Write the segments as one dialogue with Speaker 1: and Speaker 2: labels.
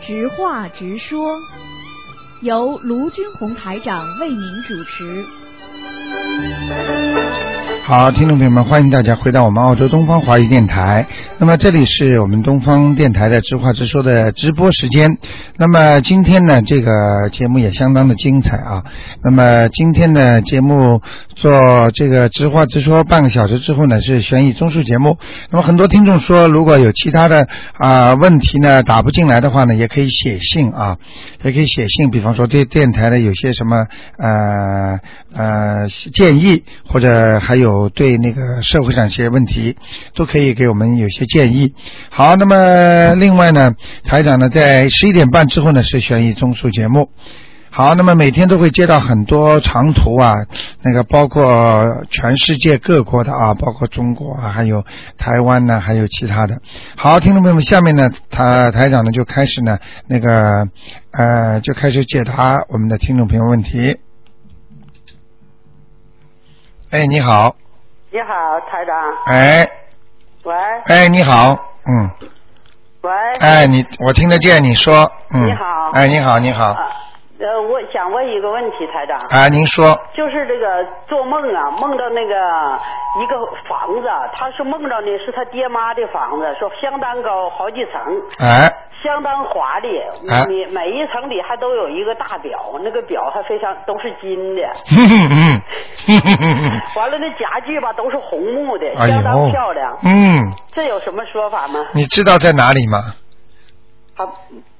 Speaker 1: 实话直说，由卢军红台长为您主持。
Speaker 2: 好，听众朋友们，欢迎大家回到我们澳洲东方华语电台。那么这里是我们东方电台的“直话直说”的直播时间。那么今天呢，这个节目也相当的精彩啊。那么今天的节目做这个“直话直说”半个小时之后呢，是悬疑综述节目。那么很多听众说，如果有其他的啊、问题呢打不进来的话呢，也可以写信啊，也可以写信。比方说对电台的有些什么呃呃建议，或者还有对那个社会上一些问题，都可以给我们有些建议。好，那么另外呢，台长呢在十一点半之后呢是悬疑综述节目。好，那么每天都会接到很多长途啊，那个包括全世界各国的啊，包括中国啊，还有台湾呢、还有其他的。好，听众朋友们，下面呢，台台长呢就开始呢那个呃，就开始解答我们的听众朋友问题。哎，你好，
Speaker 3: 你好，台长。
Speaker 2: 哎
Speaker 3: 喂
Speaker 2: 哎，你好，嗯，
Speaker 3: 喂。
Speaker 2: 哎，你我听得见你说，嗯，
Speaker 3: 你好
Speaker 2: 哎，你好，你好，
Speaker 3: 啊。呃，我想问一个问题，台长，
Speaker 2: 啊，您说，
Speaker 3: 就是这个做梦啊，梦到那个一个房子，啊他是梦到呢是他爹妈的房子，说相当高，好几层，
Speaker 2: 哎，
Speaker 3: 相当华丽，
Speaker 2: 哎
Speaker 3: 每每一层里还都有一个大表，那个表还非常都是金 的，
Speaker 2: 哼哼哼哼哼哼哼。
Speaker 3: 完了那家具吧都是红木的，
Speaker 2: 哎
Speaker 3: 相当
Speaker 2: 呦，
Speaker 3: 漂亮，
Speaker 2: 嗯，
Speaker 3: 这有什么说法吗？
Speaker 2: 你知道在哪里吗？
Speaker 3: 啊还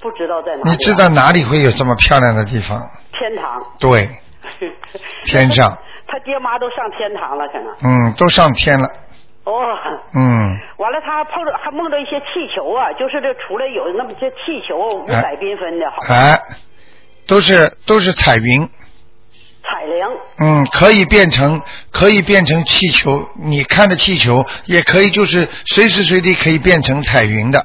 Speaker 3: 不知道在哪里啊、
Speaker 2: 你知道哪里会有这么漂亮的地方？
Speaker 3: 天堂。
Speaker 2: 对， 天上，
Speaker 3: 他爹妈都上天堂了，可能。
Speaker 2: 嗯，都上天了，
Speaker 3: 哦，
Speaker 2: 嗯，
Speaker 3: 完了，他碰着还梦着一些气球啊，就是这出来有那么些气球五彩缤纷的，好
Speaker 2: 哎，都是都是彩云，
Speaker 3: 彩铃。
Speaker 2: 嗯，可以变成可以变成气球，你看的气球也可以，就是随时随地可以变成彩云的，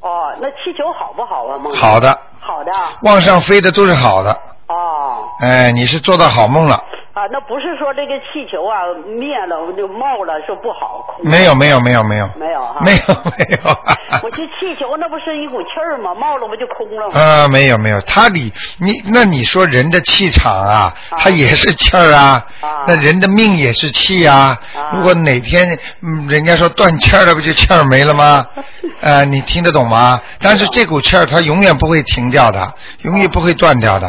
Speaker 3: 哦，那气球好不好啊？梦里
Speaker 2: 好，的，
Speaker 3: 好的啊。
Speaker 2: 往上飞的都是好的，
Speaker 3: 哦
Speaker 2: 哎，你是做到好梦了，
Speaker 3: 啊，那不是说这个气球啊灭了就冒了，说不好。空
Speaker 2: 没有没有没有没有
Speaker 3: 没有哈。
Speaker 2: 嗯没有没有，哈哈
Speaker 3: 我这气球那不是一股气儿吗？冒了不就空了吗？
Speaker 2: 啊，没有没有，他里你那你说人的气场啊，
Speaker 3: 啊
Speaker 2: 他也是气儿啊，
Speaker 3: 啊
Speaker 2: 那人的命也是气啊。
Speaker 3: 啊
Speaker 2: 如果哪天嗯人家说断气儿了，不就气儿没了吗？ 呃，你听得懂吗？但是这股气儿它永远不会停掉的，永远不会断掉的。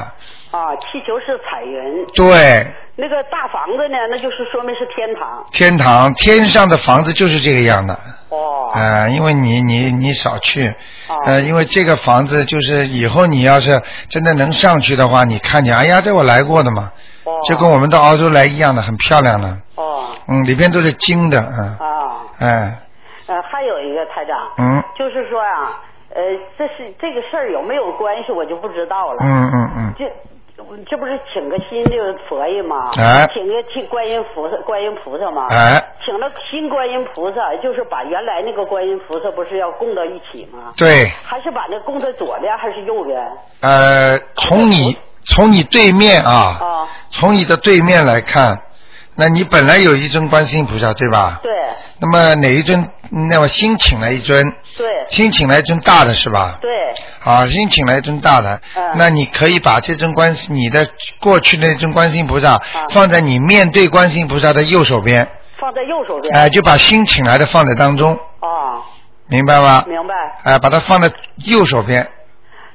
Speaker 3: 啊，气球是彩云，
Speaker 2: 对，
Speaker 3: 那个大房子呢，那就是说明是天堂。
Speaker 2: 天堂天上的房子就是这个样的。
Speaker 3: 哦。
Speaker 2: 呃，因为你你你少去，
Speaker 3: 哦
Speaker 2: 呃，因为这个房子就是以后你要是真的能上去的话，你看见，哎呀，这我来过的嘛，
Speaker 3: 哦
Speaker 2: 就跟我们到澳洲来一样的，很漂亮的，
Speaker 3: 哦
Speaker 2: 嗯，里边都是金的，嗯，
Speaker 3: 啊，
Speaker 2: 哎，
Speaker 3: 呃，还有一个台长，
Speaker 2: 嗯
Speaker 3: 就是说啊，呃，这是这个事儿有没有关系，我就不知道了。
Speaker 2: 嗯嗯嗯，
Speaker 3: 这这不是请个新的佛爷吗？
Speaker 2: 哎
Speaker 3: 请个请观音菩萨，观音菩萨吗？
Speaker 2: 哎，
Speaker 3: 请了新观音菩萨，就是把原来那个观音菩萨不是要供到一起吗？
Speaker 2: 对，
Speaker 3: 还是把那供在左边还是右边？
Speaker 2: 呃，从你从你对面啊，
Speaker 3: 啊，
Speaker 2: 从你的对面来看，那你本来有一尊观世音菩萨对吧？
Speaker 3: 对
Speaker 2: 那么哪一尊？那么新请来一尊，
Speaker 3: 对
Speaker 2: 新请来一尊大的是吧？
Speaker 3: 对，
Speaker 2: 好，先请来一尊大的，
Speaker 3: 嗯
Speaker 2: 那你可以把这尊观世你的过去那尊观世音菩萨、放在你面对观世音菩萨的右手边，
Speaker 3: 放在右手边。
Speaker 2: 哎、就把新请来的放在当中，
Speaker 3: 啊，
Speaker 2: 明白吗？
Speaker 3: 明白。
Speaker 2: 哎、把它放在右手边，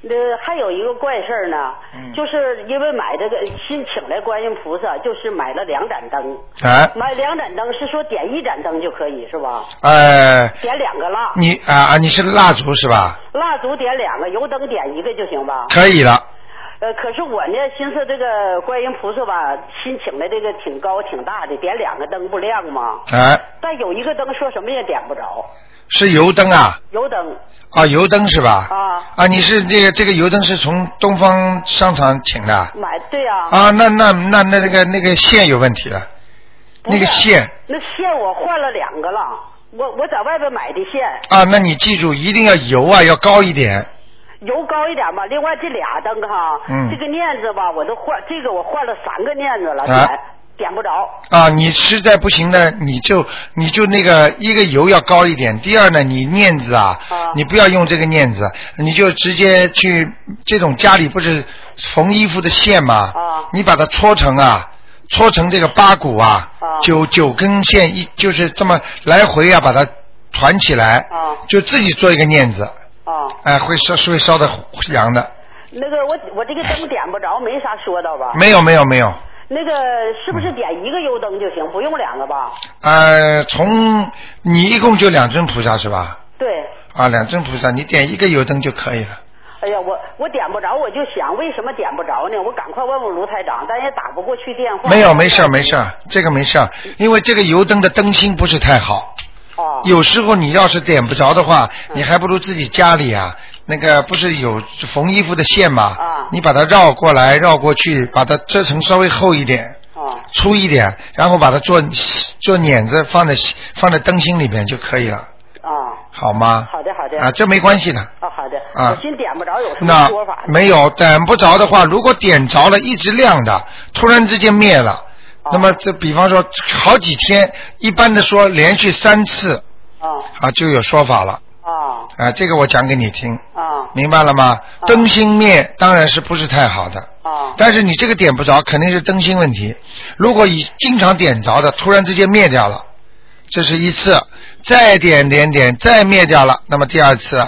Speaker 3: 那还有一个怪事儿呢，
Speaker 2: 嗯
Speaker 3: 就是因为买这个新请来观音菩萨，就是买了两盏灯，
Speaker 2: 哎、
Speaker 3: 买两盏灯是说点一盏灯就可以是吧？
Speaker 2: 呃，
Speaker 3: 点两个蜡，
Speaker 2: 你啊啊、你是蜡烛是吧？
Speaker 3: 蜡烛点两个，油灯点一个就行吧？
Speaker 2: 可以了，
Speaker 3: 呃，可是我呢，寻思这个观音菩萨吧，新请来这个挺高挺大的，点两个灯不亮吗？
Speaker 2: 哎、
Speaker 3: 但有一个灯说什么也点不着，
Speaker 2: 是油灯啊，
Speaker 3: 油灯
Speaker 2: 啊油灯是吧？
Speaker 3: 啊
Speaker 2: 啊，你是这个这个油灯是从东方商场请的啊？
Speaker 3: 买对呀、
Speaker 2: 那那那那那个那个线有问题了，
Speaker 3: 不
Speaker 2: 那个
Speaker 3: 是
Speaker 2: 线。
Speaker 3: 那线我换了两个了，我我在外边买的线，
Speaker 2: 啊，那你记住一定要油啊，要高一点。
Speaker 3: 油高一点吧。另外这俩灯哈，
Speaker 2: 嗯
Speaker 3: 这个链子吧，我都换，这个我换了三个链子了，
Speaker 2: 啊
Speaker 3: 点点不着。
Speaker 2: 啊，你实在不行呢，你就你就那个一个油要高一点。第二呢，你念子啊，
Speaker 3: 啊
Speaker 2: 你不要用这个念子，你就直接去这种家里不是缝衣服的线嘛，
Speaker 3: 啊
Speaker 2: 你把它搓成啊，搓成这个八股啊，
Speaker 3: 啊
Speaker 2: 九九根线一就是这么来回啊，把它团起来，
Speaker 3: 啊
Speaker 2: 就自己做一个念子，
Speaker 3: 啊，
Speaker 2: 哎，会烧是会烧的凉的。
Speaker 3: 那个我我这个灯点 不着，没啥说道吧？
Speaker 2: 没有没有没有，
Speaker 3: 那个是不是点一个油灯就行，不用两个吧？
Speaker 2: 呃，从你一共就两尊菩萨是吧？
Speaker 3: 对。
Speaker 2: 啊，两尊菩萨，你点一个油灯就可以了。
Speaker 3: 哎呀，我我点不着，我就想为什么点不着呢？我赶快问问卢台长，但也打不过去电话。
Speaker 2: 没有，没事儿，没事儿，这个没事儿，因为这个油灯的灯芯不是太好，
Speaker 3: 哦，
Speaker 2: 有时候你要是点不着的话，你还不如自己家里啊，那个不是有缝衣服的线嘛
Speaker 3: 啊，
Speaker 2: 你把它绕过来绕过去，把它折成稍微厚一点、
Speaker 3: 哦，
Speaker 2: 粗一点，然后把它做做碾子放在放在灯芯里面就可以了，
Speaker 3: 哦，
Speaker 2: 好吗？
Speaker 3: 好的，好的。
Speaker 2: 啊，这没关系的。
Speaker 3: 哦，好的。
Speaker 2: 啊
Speaker 3: 我寻点不着有什么
Speaker 2: 那
Speaker 3: 说法？
Speaker 2: 没有点不着的话，如果点着了，一直亮的，突然之间灭了，
Speaker 3: 哦
Speaker 2: 那么这比方说好几天，一般的说连续三次
Speaker 3: 哦，
Speaker 2: 啊就有说法了
Speaker 3: 哦，
Speaker 2: 啊，这个我讲给你听，
Speaker 3: 哦，
Speaker 2: 明白了吗？
Speaker 3: 哦
Speaker 2: 灯芯灭当然是不是太好的，
Speaker 3: 哦，
Speaker 2: 但是你这个点不着肯定是灯芯问题，如果以经常点着的，突然之间灭掉了，这是一次，再点点点再灭掉了，那么第二次，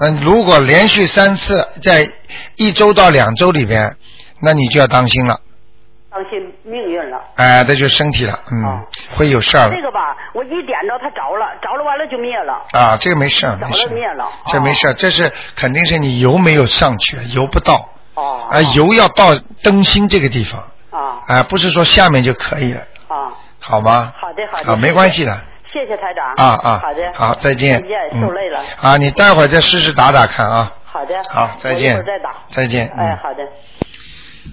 Speaker 2: 那如果连续三次在一周到两周里边，那你就要当心了，
Speaker 3: 当心命运了。
Speaker 2: 哎，那就是身体了，嗯
Speaker 3: 哦，
Speaker 2: 会有事儿
Speaker 3: 这
Speaker 2: 了
Speaker 3: 个吧，我一点着它着了，着了完了就灭了。
Speaker 2: 啊，这个没事儿，没事
Speaker 3: 着了灭了哦
Speaker 2: 儿，这没事儿，这是肯定是你油没有上去，油不到，
Speaker 3: 哦，
Speaker 2: 啊，油要到灯芯这个地方，
Speaker 3: 啊
Speaker 2: 啊，不是说下面就可以了，
Speaker 3: 啊，
Speaker 2: 好吗？
Speaker 3: 好的好的
Speaker 2: 啊，没关系的。
Speaker 3: 谢谢台长。
Speaker 2: 啊啊，
Speaker 3: 好的，
Speaker 2: 好，再见。
Speaker 3: 再见，
Speaker 2: 嗯
Speaker 3: 受累了。
Speaker 2: 啊，你待会儿再试试打打看啊。
Speaker 3: 好的，
Speaker 2: 好，再
Speaker 3: 我一
Speaker 2: 见。
Speaker 3: 会儿再打。
Speaker 2: 再见。
Speaker 3: 哎，
Speaker 2: 嗯。
Speaker 3: 好的。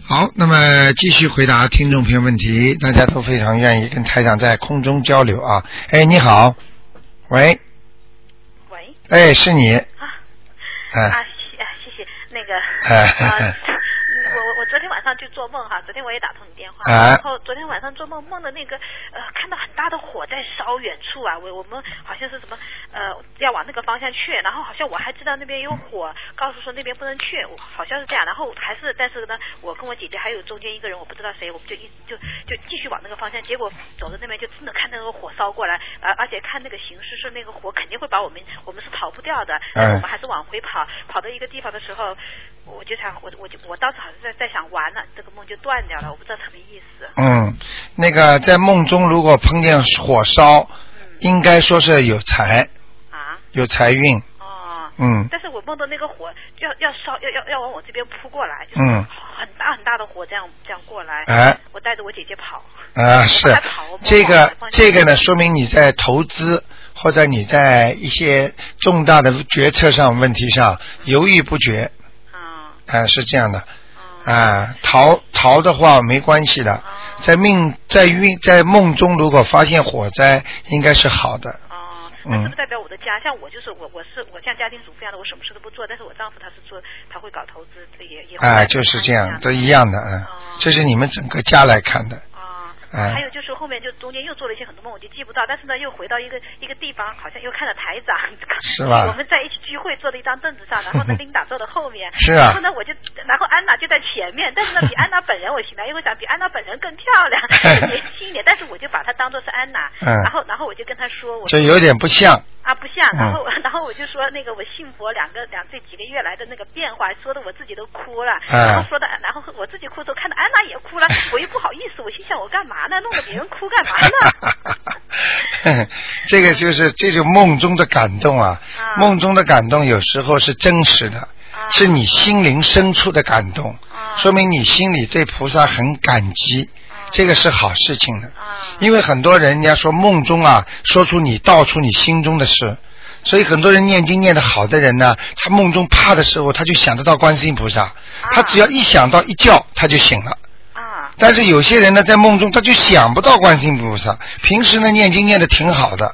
Speaker 2: 好，那么继续回答听众朋友问题，大家都非常愿意跟台长在空中交流啊。哎，你好，喂，
Speaker 4: 喂
Speaker 2: 哎，是你，
Speaker 4: 啊
Speaker 2: 哎，
Speaker 4: 啊，谢啊谢谢那个
Speaker 2: 哎
Speaker 4: 啊，我我我昨天晚上就做梦哈，昨天我也打通你电话，
Speaker 2: 哎
Speaker 4: 然后昨天晚上做梦梦的那个呃，看到很大的火在烧远处啊，我我们好像是什么呃要往那个方向去，然后好像我还知道那边有火，告诉说那边不能去，我好像是这样，然后还是但是呢，我跟我姐姐还有中间一个人我不知道谁，我们就一就就继续往那个方向，结果走到那边就真的看那个火烧过来，而、而且看那个形势是那个火肯定会把我们我们是逃不掉的，但是我们
Speaker 2: 哎
Speaker 4: 还是往回跑，跑到一个地方的时候，我就想，我我就我当时好像在在想完了，这个梦就断掉了，我不知道什么意思。
Speaker 2: 嗯，那个在梦中如果碰见火烧，
Speaker 4: 嗯
Speaker 2: 应该说是有财，
Speaker 4: 啊，
Speaker 2: 有财运，
Speaker 4: 哦。
Speaker 2: 嗯，
Speaker 4: 但是我梦到那个火要要烧要要要往我这边扑过来，就是
Speaker 2: 嗯
Speaker 4: 很大很大的火这样这样过来，
Speaker 2: 哎。
Speaker 4: 我带着我姐姐跑。
Speaker 2: 啊，是
Speaker 4: 还跑
Speaker 2: 这个
Speaker 4: 不好
Speaker 2: 这个呢，说明你在投资或者你在一些重大的决策上问题上犹豫不决，
Speaker 4: 啊
Speaker 2: 啊，是这样的，
Speaker 4: 啊
Speaker 2: 啊，逃逃的话没关系的，
Speaker 4: 哦
Speaker 2: 在命在运在梦中如果发现火灾，应该是好的，
Speaker 4: 哦，
Speaker 2: 嗯
Speaker 4: 那是不是代表我的家？像我就是我，我是我像家庭主妇一样的，我什么事都不做，但是我丈夫他是做，他会搞投资，也也会
Speaker 2: 啊，就是这样，都一样的，啊，这是你们整个家来看的，
Speaker 4: 啊，
Speaker 2: 哎
Speaker 4: 还有就是后面就中间又做了一些很多梦，我就记不到，但是呢，又回到一个一个地方，好像又看到台长，
Speaker 2: 是吧
Speaker 4: 我们在一起聚会，坐在一张凳子上，然后呢， 琳达坐在后面，
Speaker 2: 是啊
Speaker 4: 然后呢，我就，然后安娜就在前面，但是呢，比安娜本人我醒来，因为我想比安娜本人更漂 亮，更年轻一点，但是我就把她当做是安娜，
Speaker 2: 嗯
Speaker 4: 然后然后我就跟她说，我说
Speaker 2: 这有点不像，
Speaker 4: 啊，不像。
Speaker 2: 嗯
Speaker 4: 然后， 然后我就说那个我信佛两个两这几个月来的那个变化，说的我自己都哭了。
Speaker 2: 嗯
Speaker 4: 然后说的，然后我自己哭的时候，看到安娜也 哭了，我又不好意思，我心想我干嘛呢？弄得别人哭干嘛呢？
Speaker 2: 这个就是这种梦中的感动啊，
Speaker 4: 啊
Speaker 2: 梦中的感动有时候是真实的，
Speaker 4: 啊
Speaker 2: 是你心灵深处的感动，
Speaker 4: 啊
Speaker 2: 说明你心里对菩萨很感激，
Speaker 4: 啊
Speaker 2: 这个是好事情的。
Speaker 4: 啊
Speaker 2: 因为很多人人家说梦中啊，说出你道出你心中的事，所以很多人念经念得好的人呢，他梦中怕的时候，他就想得到观世音菩萨，他只要一想到一觉他就醒了。
Speaker 4: 啊
Speaker 2: 但是有些人呢，在梦中他就想不到观世音菩萨，平时呢念经念的挺好的，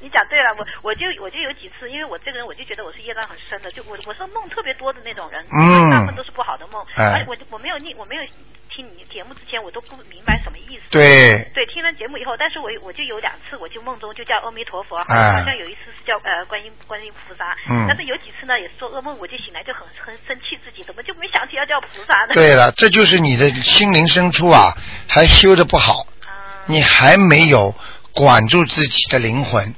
Speaker 4: 你讲对了，我我就我就有几次，因为我这个人我就觉得我是业障很深的，就我我是梦特别多的那种人，
Speaker 2: 嗯
Speaker 4: 大部分都是不好的梦，
Speaker 2: 哎
Speaker 4: 而且我就我没有念我没有。听你节目之前，我都不明白什么意思。
Speaker 2: 对，
Speaker 4: 对，听了节目以后，但是我我就有两次，我就梦中就叫阿弥陀佛，
Speaker 2: 哎
Speaker 4: 好像有一次是叫呃观音观音菩萨，
Speaker 2: 嗯
Speaker 4: 但是有几次呢也是做噩梦，我就醒来就很很生气自己，怎么就没想起要叫菩萨呢？
Speaker 2: 对了，这就是你的心灵深处啊，还修的不好，
Speaker 4: 啊，
Speaker 2: 你还没有管住自己的灵魂。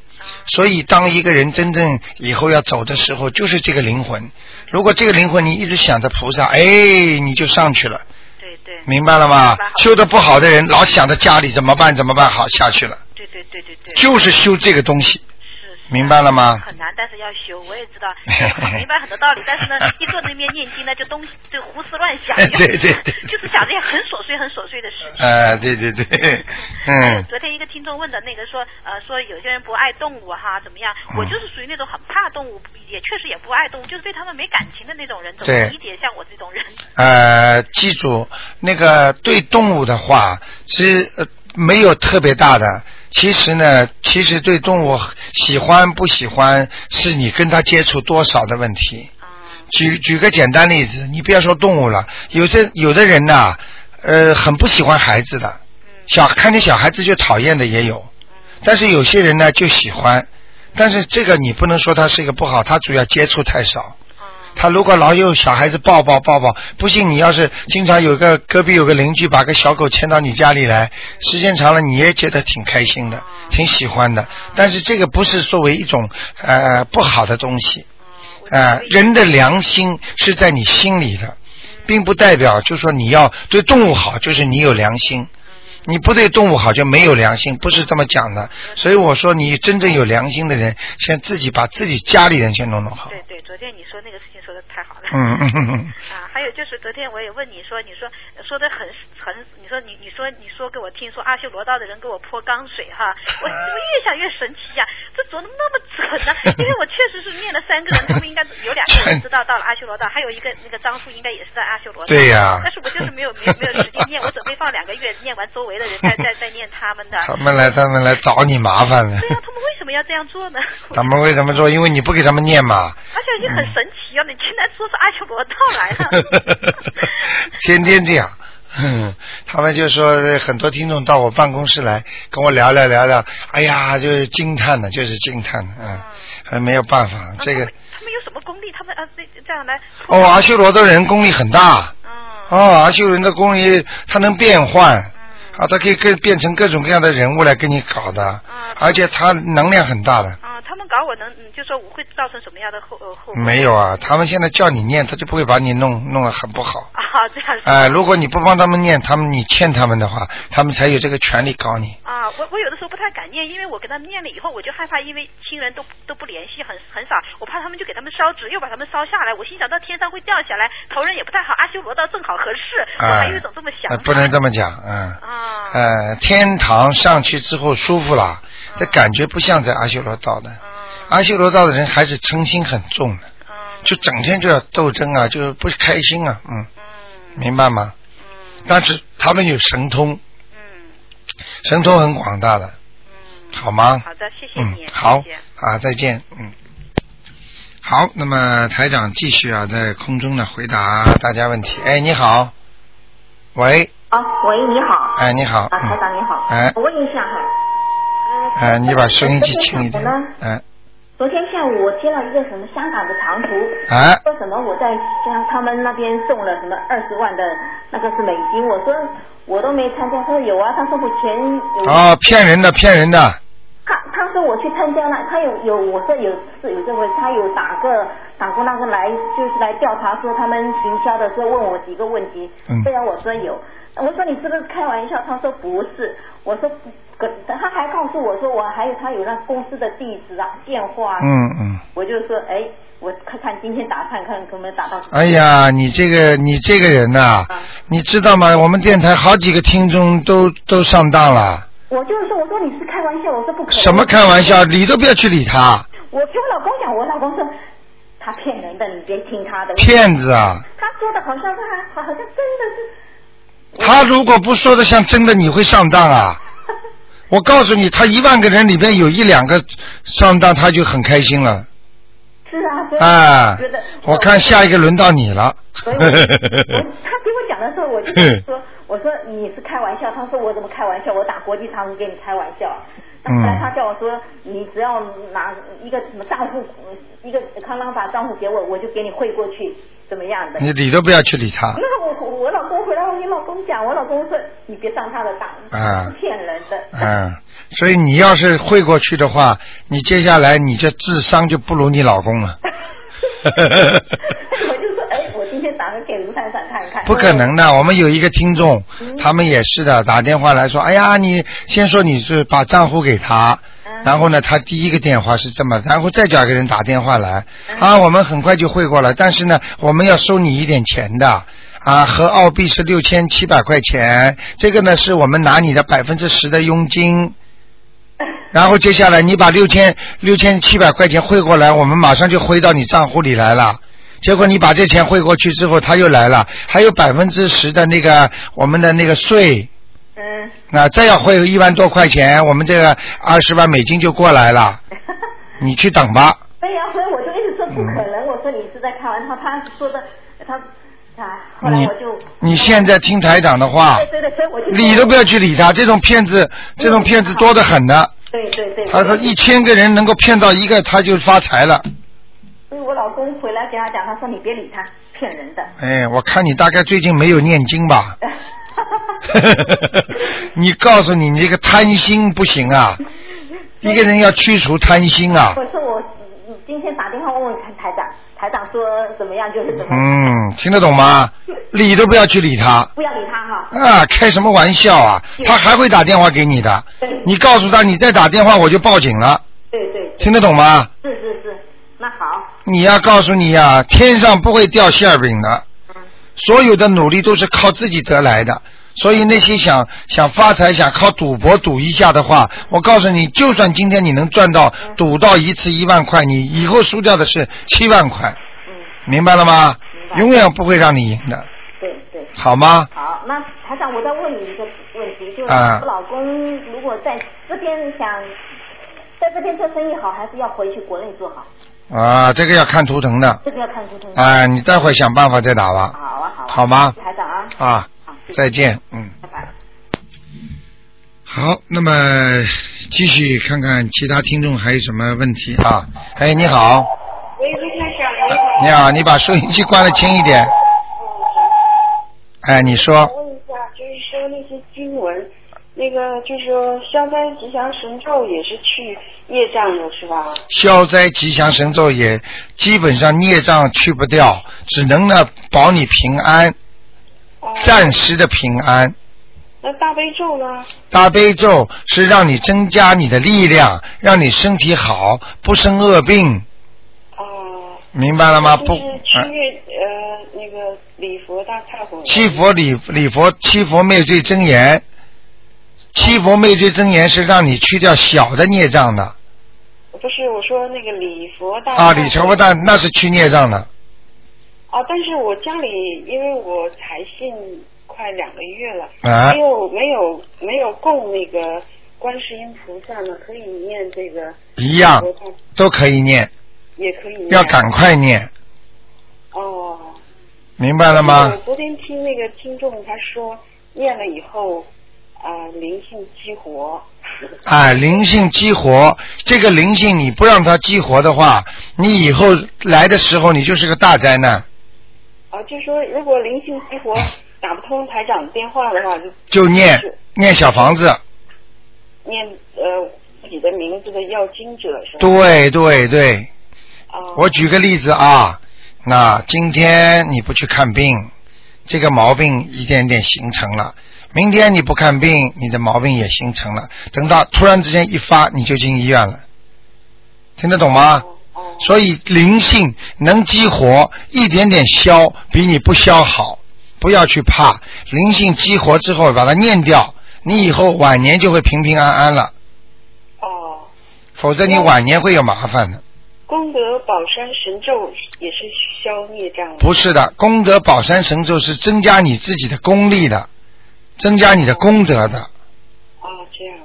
Speaker 2: 所以，当一个人真正以后要走的时候，就是这个灵魂。如果这个灵魂你一直想着菩萨，哎，你就上去了，
Speaker 4: 对对
Speaker 2: 明白了吗
Speaker 4: 明白？
Speaker 2: 修的不好的人，老想着家里怎么办怎么办，好下去了，
Speaker 4: 对对对对对，
Speaker 2: 就是修这个东西，
Speaker 4: 是是
Speaker 2: 明白了吗？，
Speaker 4: 很难，但是要修，我也知道，我明白很多道理，但是呢，一坐那边念经呢，就东西就胡思乱想
Speaker 2: 对对对
Speaker 4: 就是想这些很琐碎、很琐碎的事情。
Speaker 2: 呃，对对对，嗯，
Speaker 4: 昨天一个听众问的那个说，呃，说有些人不爱动物哈，怎么样？
Speaker 2: 嗯
Speaker 4: 我就是属于那种很怕动物，也确实也不爱动物，就是对他们没感情的那种人，怎
Speaker 2: 对
Speaker 4: 么理解像我这种人？
Speaker 2: 呃，记住那个对动物的话，其实、呃、没有特别大的。其实呢，其实对动物喜欢不喜欢，是你跟它接触多少的问题。
Speaker 4: 嗯，
Speaker 2: 举举个简单例子，你不要说动物了，有些有的人呐、呃，很不喜欢孩子的，小看见小孩子就讨厌的也有，但是有些人呢就喜欢，但是这个你不能说他是一个不好，他主要接触太少。他如果老有小孩子抱抱抱抱，不信你要是经常有个隔壁有个邻居把个小狗牵到你家里来，时间长了你也觉得挺开心的，挺喜欢的。但是这个不是作为一种呃不好的东西，啊、人的良心是在你心里的，并不代表就说你要对动物好，就是你有良心。你不对动物好就没有良心，不是这么讲的。所以我说，你真正有良心的人，先自己把自己家里人先弄弄好。
Speaker 4: 对对，昨天你说那个事情说的太好了。
Speaker 2: 嗯嗯嗯嗯。
Speaker 4: 啊，还有就是昨天我也问你说，你说说的很很，你说你你说你说给我听说阿修罗道的人给我泼脏水 哈，我怎么越想越神奇呀、这怎么那么准呢、因为我确实是念了三个人，他们应该有两个人知道到了阿修罗道，还有一个那个张叔应该也是在阿修罗道。
Speaker 2: 对呀
Speaker 4: 但是我就是没有没有没有时间念，我准备放两个月念完周围的人再再再念他们的。
Speaker 2: 他们来，他们来找你麻烦了
Speaker 4: 对。呀、他们为什么要这样做 呢？
Speaker 2: 他们为什么说？因为你不给他们念 嘛。
Speaker 4: 而且也很神奇啊！你竟然说是阿修罗道来了。
Speaker 2: 天天这样。 哼他们就说很多听众到我办公室来跟我聊聊聊聊，哎呀，就是惊叹的，就是惊叹的，嗯，还没有办法， 这个
Speaker 4: 啊他们他们有什么功力？他们啊，这这样来
Speaker 2: 哦，阿修罗的人功力很大，
Speaker 4: 嗯
Speaker 2: 哦，阿修罗的功力他能变换，
Speaker 4: 嗯
Speaker 2: 啊，他可以跟变成各种各样的人物来跟你搞的，
Speaker 4: 嗯
Speaker 2: 而且他能量很大的，
Speaker 4: 啊，他们搞我能，嗯就说我会造成什么样的后呃后果？
Speaker 2: 没有啊，他们现在叫你念，他就不会把你弄弄得很不好。
Speaker 4: 啊，这样是
Speaker 2: 哎、如果你不帮他们念，他们你欠他们的话，他们才有这个权利搞你。
Speaker 4: 啊，我我有的时候不太敢念，因为我跟他们念了以后，我就害怕，因为亲人都都不联系，很很少，我怕他们就给他们烧纸，又把他们烧下来，我心想到天上会掉下来，头人也不太好，阿修罗道正好合适，我
Speaker 2: 啊、
Speaker 4: 还有一种这么想
Speaker 2: 呃
Speaker 4: 法。
Speaker 2: 不能这么讲，嗯，
Speaker 4: 啊
Speaker 2: 呃，天堂上去之后舒服了，这感觉不像在阿修罗道
Speaker 4: 嗯
Speaker 2: 的。阿修罗道的人还是嗔心很重的，
Speaker 4: 嗯
Speaker 2: 就整天就要斗争啊，就是不开心啊，嗯，明白吗？但是他们有神通，
Speaker 4: 嗯
Speaker 2: 神通很广大的，好吗？
Speaker 4: 好的，谢谢
Speaker 2: 嗯
Speaker 4: 你，，
Speaker 2: 好
Speaker 4: 谢谢
Speaker 2: 啊，再见，嗯。好，那么台长继续啊，在空中呢回答大家问题。哎，你好，喂，
Speaker 5: 啊，喂，你好，
Speaker 2: 哎，你好，
Speaker 5: 啊，台
Speaker 2: 嗯，
Speaker 5: 长你好，
Speaker 2: 哎
Speaker 5: 我问一下哈，
Speaker 2: 哎，你把收音机轻一
Speaker 5: 我
Speaker 2: 点
Speaker 5: 呢，
Speaker 2: 哎，
Speaker 5: 昨天下午我接了一个什么香港的长途，
Speaker 2: 哎，
Speaker 5: 说什么我在像他们那边送了什么二十万的那个是美金，我说我都没参加，他说有啊，他说我钱有，
Speaker 2: 哦，骗人的，骗人的，
Speaker 5: 他他说我去参加了，他有有我说有是有这回事，他有打个打过那个来就是来调查说他们行销的时候问我几个问题，
Speaker 2: 嗯
Speaker 5: 虽然我说有，我说你是不是开玩笑？他说不是，我说不可他还告诉我说我还有他有那公司的地址啊、电话啊，
Speaker 2: 嗯嗯。
Speaker 5: 我就说哎，我看看今天打看看能不能打到。
Speaker 2: 哎呀，你这个你这个人呐、
Speaker 5: 啊
Speaker 2: 你知道吗？我们电台好几个听众都都上当了，
Speaker 5: 我就是说，我说你是开玩笑，我说不可能。
Speaker 2: 什么？开玩笑，理都不要去理他，
Speaker 5: 我跟我老公讲，我老公说他骗人的，你别听他的。
Speaker 2: 骗子啊！
Speaker 5: 他说的好像是他，好像真的是。
Speaker 2: 他如果不说的像真的，你会上当啊！我告诉你，他一万个人里边有一两个上当，他就很开心了。
Speaker 5: 是啊，所以
Speaker 2: 哎
Speaker 5: 我觉得，
Speaker 2: 我看下一个轮到你了。
Speaker 5: 所以我我他给我讲的时候，我就跟他说，我说你是开玩笑，他说我怎么开玩笑？我打国际长途跟你开玩笑。那后来
Speaker 2: 嗯
Speaker 5: 他叫我说，你只要拿一个什么账户，一个康拉法账户给我，我就给你汇过去，怎么样的？
Speaker 2: 你理都不要去理他
Speaker 5: 那我我老公回来，我跟老公讲，我老公说你别上他的当，
Speaker 2: 啊
Speaker 5: 骗人的。
Speaker 2: 嗯，所以你要是汇过去的话，你接下来你这智商就不如你老公了。
Speaker 5: 我就说，哎，我今天打算给卢探长看看。
Speaker 2: 不可能的，我们有一个听众，他们也是的，打电话来说，哎呀，你先说你是把账户给他，然后呢，他第一个电话是这么，然后再叫一个人打电话来，啊，我们很快就汇过来，但是呢，我们要收你一点钱的。啊，和澳币是六千七百块钱，这个呢是我们拿你的百分之十的佣金，然后接下来你把六千六千七百块钱汇过来，我们马上就汇到你账户里来了。结果你把这钱汇过去之后，他又来了，还有百分之十的那个我们的那个税，
Speaker 5: 嗯，
Speaker 2: 啊，再要汇一万多块钱，我们这个二十万美金就过 来了。你去等吧，
Speaker 5: 对呀、所以我就一直说不可能，我说你是在开玩笑，他说的他啊，后来
Speaker 2: 你
Speaker 5: 我就
Speaker 2: 你现在听台长的话，
Speaker 5: 对对对，所以我就嗯
Speaker 2: 理都不要去理他，这种骗子，这种骗子多得很呢。
Speaker 5: 对对对，
Speaker 2: 他他一千个人能够骗到一个，他就发财了。
Speaker 5: 所以我老公回来给他讲，他说你别理他，骗人的。
Speaker 2: 哎，我看你大概最近没有念经吧？ 你告诉你，你这个贪心不行啊！一个人要去除贪心啊！
Speaker 5: 我说我嗯今天打电话问问看台长，台长说怎么样就是怎么样，
Speaker 2: 嗯，听得懂吗？理都不要去理他
Speaker 5: 不要理他哈。
Speaker 2: 啊！开什么玩笑啊？他还会打电话给你的。你告诉他，你再打电话我就报警了，
Speaker 5: 对对，
Speaker 2: 听得懂吗？
Speaker 5: 是是是，那好，
Speaker 2: 你要告诉你呀、天上不会掉馅儿饼的，所有的努力都是靠自己得来的。所以那些想想发财、想靠赌博赌一下的话，我告诉你，就算今天你能赚到赌到一次一万块，你以后输掉的是七万块，明白了吗？永远不会让你赢的，
Speaker 5: 对对。
Speaker 2: 好吗？
Speaker 5: 好，那台长，我再问你一个问题，就是
Speaker 2: 啊
Speaker 5: 我老公如果在这边想，在这边做生意好，还是要回去国内做好？
Speaker 2: 啊，这个要看图腾的，
Speaker 5: 这个要看出头。
Speaker 2: 啊，你待会儿想办法再打吧，
Speaker 5: 好啊，好啊。
Speaker 2: 好吗？
Speaker 5: 台长啊，
Speaker 2: 啊，再见，嗯。
Speaker 5: 拜拜。
Speaker 2: 好，那么继续看看其他听众还有什么问题啊？哎，你好，
Speaker 6: 喂，卢先生，你好。
Speaker 2: 你好，你把收音机关的轻一点。哎，你说，
Speaker 6: 我问一下，就是说那些经文，那个就是说消灾吉祥神咒也是去业障的是吧？
Speaker 2: 消灾吉祥神咒也基本上孽障去不掉，只能呢保你平安，暂时的平安。
Speaker 6: 哦那大悲咒呢？
Speaker 2: 大悲咒是让你增加你的力量，让你身体好，不生恶病。明白了吗？不，
Speaker 6: 哦就是
Speaker 2: 哎
Speaker 6: 七月、呃那个礼佛大忏悔文。
Speaker 2: 七佛礼礼佛七佛灭罪真言，七佛灭罪真言是让你去掉小的孽障的
Speaker 6: 不是我说那个礼佛大
Speaker 2: 啊，
Speaker 6: 忏悔
Speaker 2: 李成佛但那是去孽障的
Speaker 6: 啊，但是我家里因为我才信快两个月了，
Speaker 2: 啊
Speaker 6: 没有没有没有供那个观世音菩萨呢，可以念这个
Speaker 2: 一样
Speaker 6: 礼佛大
Speaker 2: 都可以念，
Speaker 6: 也可以念，
Speaker 2: 要赶快念，
Speaker 6: 哦。
Speaker 2: 明白了
Speaker 6: 我
Speaker 2: 吗？
Speaker 6: 昨天听那个听众他说，念了以后，啊、灵性激活。
Speaker 2: 哎，灵性激活，这个灵性你不让它激活的话，你以后来的时候你就是个大灾难，
Speaker 6: 啊，就说如果灵性激活打不通台长电话的话，就
Speaker 2: 就念念小房子，
Speaker 6: 念呃自己的名字的要经者是吧？哦
Speaker 2: 对对对，我举个例子啊，那今天你不去看病，这个毛病一点点形成了；明天你不看病，你的毛病也形成了。等到突然之间一发，你就进医院了，听得懂吗？
Speaker 6: 哦
Speaker 2: 所以灵性能激活，一点点消比你不消好，不要去怕。灵性激活之后，把它念掉，你以后晚年就会平平安安了。哦。否则你晚年会有麻烦的。
Speaker 6: 哦功德宝山神咒也是消孽障。
Speaker 2: 不是的，功德宝山神咒是增加你自己的功力的，增加你的功德的，
Speaker 6: 哦，这样。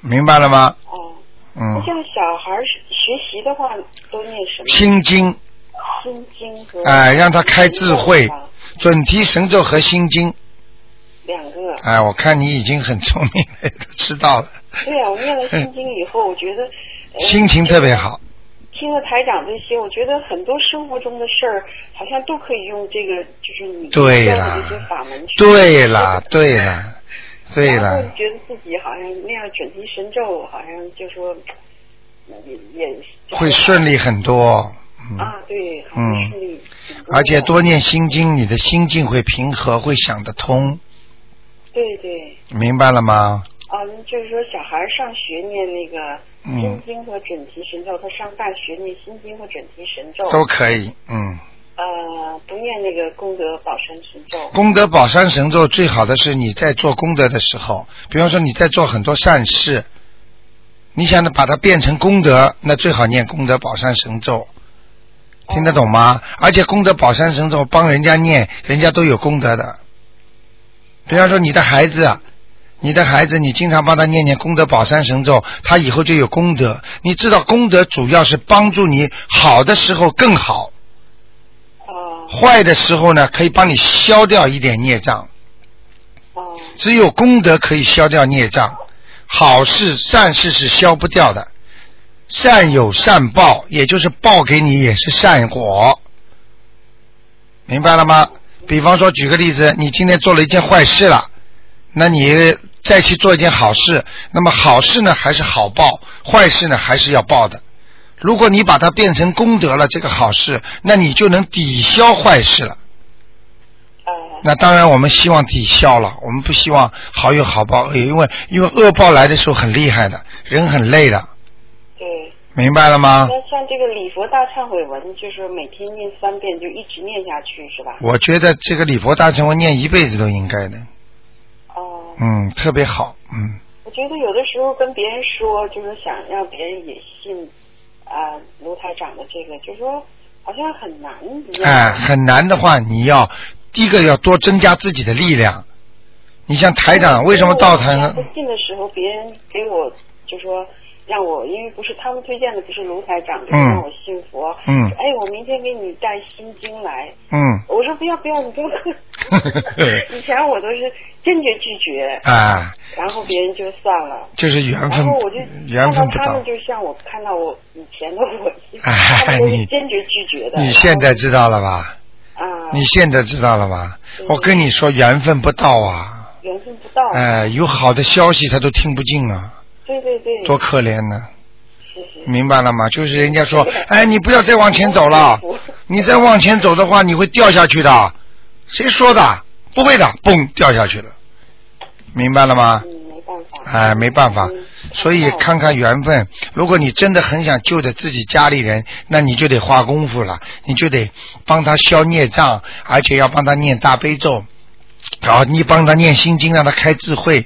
Speaker 2: 明白了吗？
Speaker 6: 哦。那
Speaker 2: 嗯，
Speaker 6: 像小孩儿学习的话，都念什么？
Speaker 2: 心经，
Speaker 6: 心经和。
Speaker 2: 哎、让他开智慧，准提神咒和心经，
Speaker 6: 两个。
Speaker 2: 哎，我看你已经很聪明了，都知道了，
Speaker 6: 对哎呀、我念了心经以后，我觉得、呃、
Speaker 2: 嗯心情特别好。
Speaker 6: 听了台长这些，我觉得很多生活中的事儿，好像都可以用这个，就是你
Speaker 2: 对
Speaker 6: 教的
Speaker 2: 啦
Speaker 6: 这些法门去。
Speaker 2: 对啦，对啦，对
Speaker 6: 然后
Speaker 2: 啦，
Speaker 6: 觉得自己好像那样准提神咒，好像就说也也
Speaker 2: 会顺利很多。嗯，
Speaker 6: 啊，对，很
Speaker 2: 嗯
Speaker 6: 顺利。
Speaker 2: 而且多念心经，你的心境会平和，会想得通，
Speaker 6: 对对
Speaker 2: 明白了吗？
Speaker 6: 啊，就是说小孩儿上学念那个
Speaker 2: 嗯
Speaker 6: 心经和准提神咒，他上大学念心经和准提神咒，
Speaker 2: 都可以，嗯。
Speaker 6: 呃不念那个功德宝山神咒。
Speaker 2: 功德宝山神咒最好的是你在做功德的时候，比方说你在做很多善事，你想着把它变成功德，那最好念功德宝山神咒，听得懂吗？而且功德宝山神咒帮人家念，人家都有功德的。比方说你的孩子，啊你的孩子，你经常帮他念念功德宝山神咒，他以后就有功德。你知道功德主要是帮助你好的时候更好，
Speaker 6: 哦
Speaker 2: 坏的时候呢，可以帮你消掉一点孽障。
Speaker 6: 哦
Speaker 2: 只有功德可以消掉孽障，好事善事是消不掉的。善有善报，也就是报给你也是善果，明白了吗？比方说，举个例子，你今天做了一件坏事了，那你再去做一件好事，那么好事呢还是好报，坏事呢还是要报的。如果你把它变成功德了，这个好事，那你就能抵消坏事了。
Speaker 6: 呃
Speaker 2: 那当然，我们希望抵消了，我们不希望好有好报，呃因为因为恶报来的时候很厉害的，人很累的，
Speaker 6: 对。
Speaker 2: 明白了吗？
Speaker 6: 那像这个礼佛大忏悔文，就是每天念三遍，就一直念下去，是吧？
Speaker 2: 我觉得这个礼佛大乘我念一辈子都应该的，
Speaker 6: 哦、
Speaker 2: 嗯，特别好，嗯，
Speaker 6: 我觉得有的时候跟别人说，就是想让别人也信啊、卢台长的这个，就说好像很难一样。
Speaker 2: 哎，很难的话，你要第一个要多增加自己的力量。你像台
Speaker 6: 嗯
Speaker 2: 长，为什么到台上
Speaker 6: 我信的时候，别人给我就说让我，因为不是他们推荐的，不是卢台长，就是
Speaker 2: 嗯
Speaker 6: 让我信佛。
Speaker 2: 嗯
Speaker 6: 说哎，我明天给你带心经来。
Speaker 2: 嗯，
Speaker 6: 我说不要不要， 你不用。 以前我都是坚决拒绝，
Speaker 2: 啊，
Speaker 6: 然后别人就算了。
Speaker 2: 就是缘
Speaker 6: 然
Speaker 2: 分
Speaker 6: 后我就，
Speaker 2: 嗯缘
Speaker 6: 看
Speaker 2: 分
Speaker 6: 到
Speaker 2: 不
Speaker 6: 他
Speaker 2: 到
Speaker 6: 们。就像我看到我以前的我，
Speaker 2: 哎
Speaker 6: 他们都
Speaker 2: 你
Speaker 6: 是坚决拒绝的。
Speaker 2: 你现在知道了吧？
Speaker 6: 啊，
Speaker 2: 你现在知道了吧？
Speaker 6: 嗯
Speaker 2: 我跟你说，缘分不到啊。
Speaker 6: 缘分不到，
Speaker 2: 哎，有好的消息他都听不进啊，
Speaker 6: 对对对，
Speaker 2: 多可怜呢、
Speaker 6: 是是
Speaker 2: 明白了吗？就是人家说，哎，你不要再往前走了
Speaker 6: 我不服，
Speaker 2: 你再往前走的话，你会掉下去的。谁说的？不会的，嘣，掉下去了，明白了吗？
Speaker 6: 嗯，没办法。
Speaker 2: 哎，没办法
Speaker 6: 嗯，
Speaker 2: 所以看看缘分。如果你真的很想救着自己家里人，那你就得花功夫了，你就得帮他消孽障，而且要帮他念大悲咒，然后你帮他念心经，让他开智慧。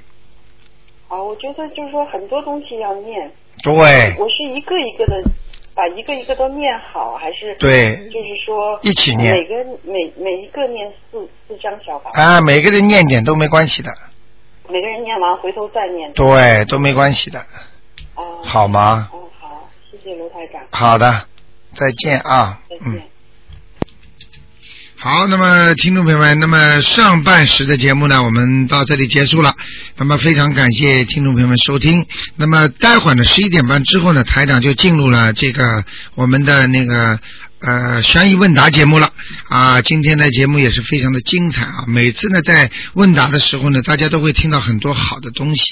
Speaker 6: 啊，我觉得就是说很多东西要念，
Speaker 2: 对
Speaker 6: 我是一个一个的把一个一个都念好，还是
Speaker 2: 对，
Speaker 6: 就是说
Speaker 2: 一起念
Speaker 6: 每个每每一个念四四张小房，
Speaker 2: 啊，每个人念点都没关系的，
Speaker 6: 每个人念完回头再念。
Speaker 2: 对，都没关系的，
Speaker 6: 啊，
Speaker 2: 好吗？
Speaker 6: 嗯，好，谢谢卢台长，
Speaker 2: 好的，再见啊，
Speaker 6: 再见。
Speaker 2: 嗯。好，那么听众朋友们，那么上半时的节目呢，我们到这里结束了。那么非常感谢听众朋友们收听。那么待会儿呢，十一点半之后呢，台长就进入了这个我们的那个呃悬疑问答节目了。啊，今天的节目也是非常的精彩啊！每次呢在问答的时候呢，大家都会听到很多好的东西。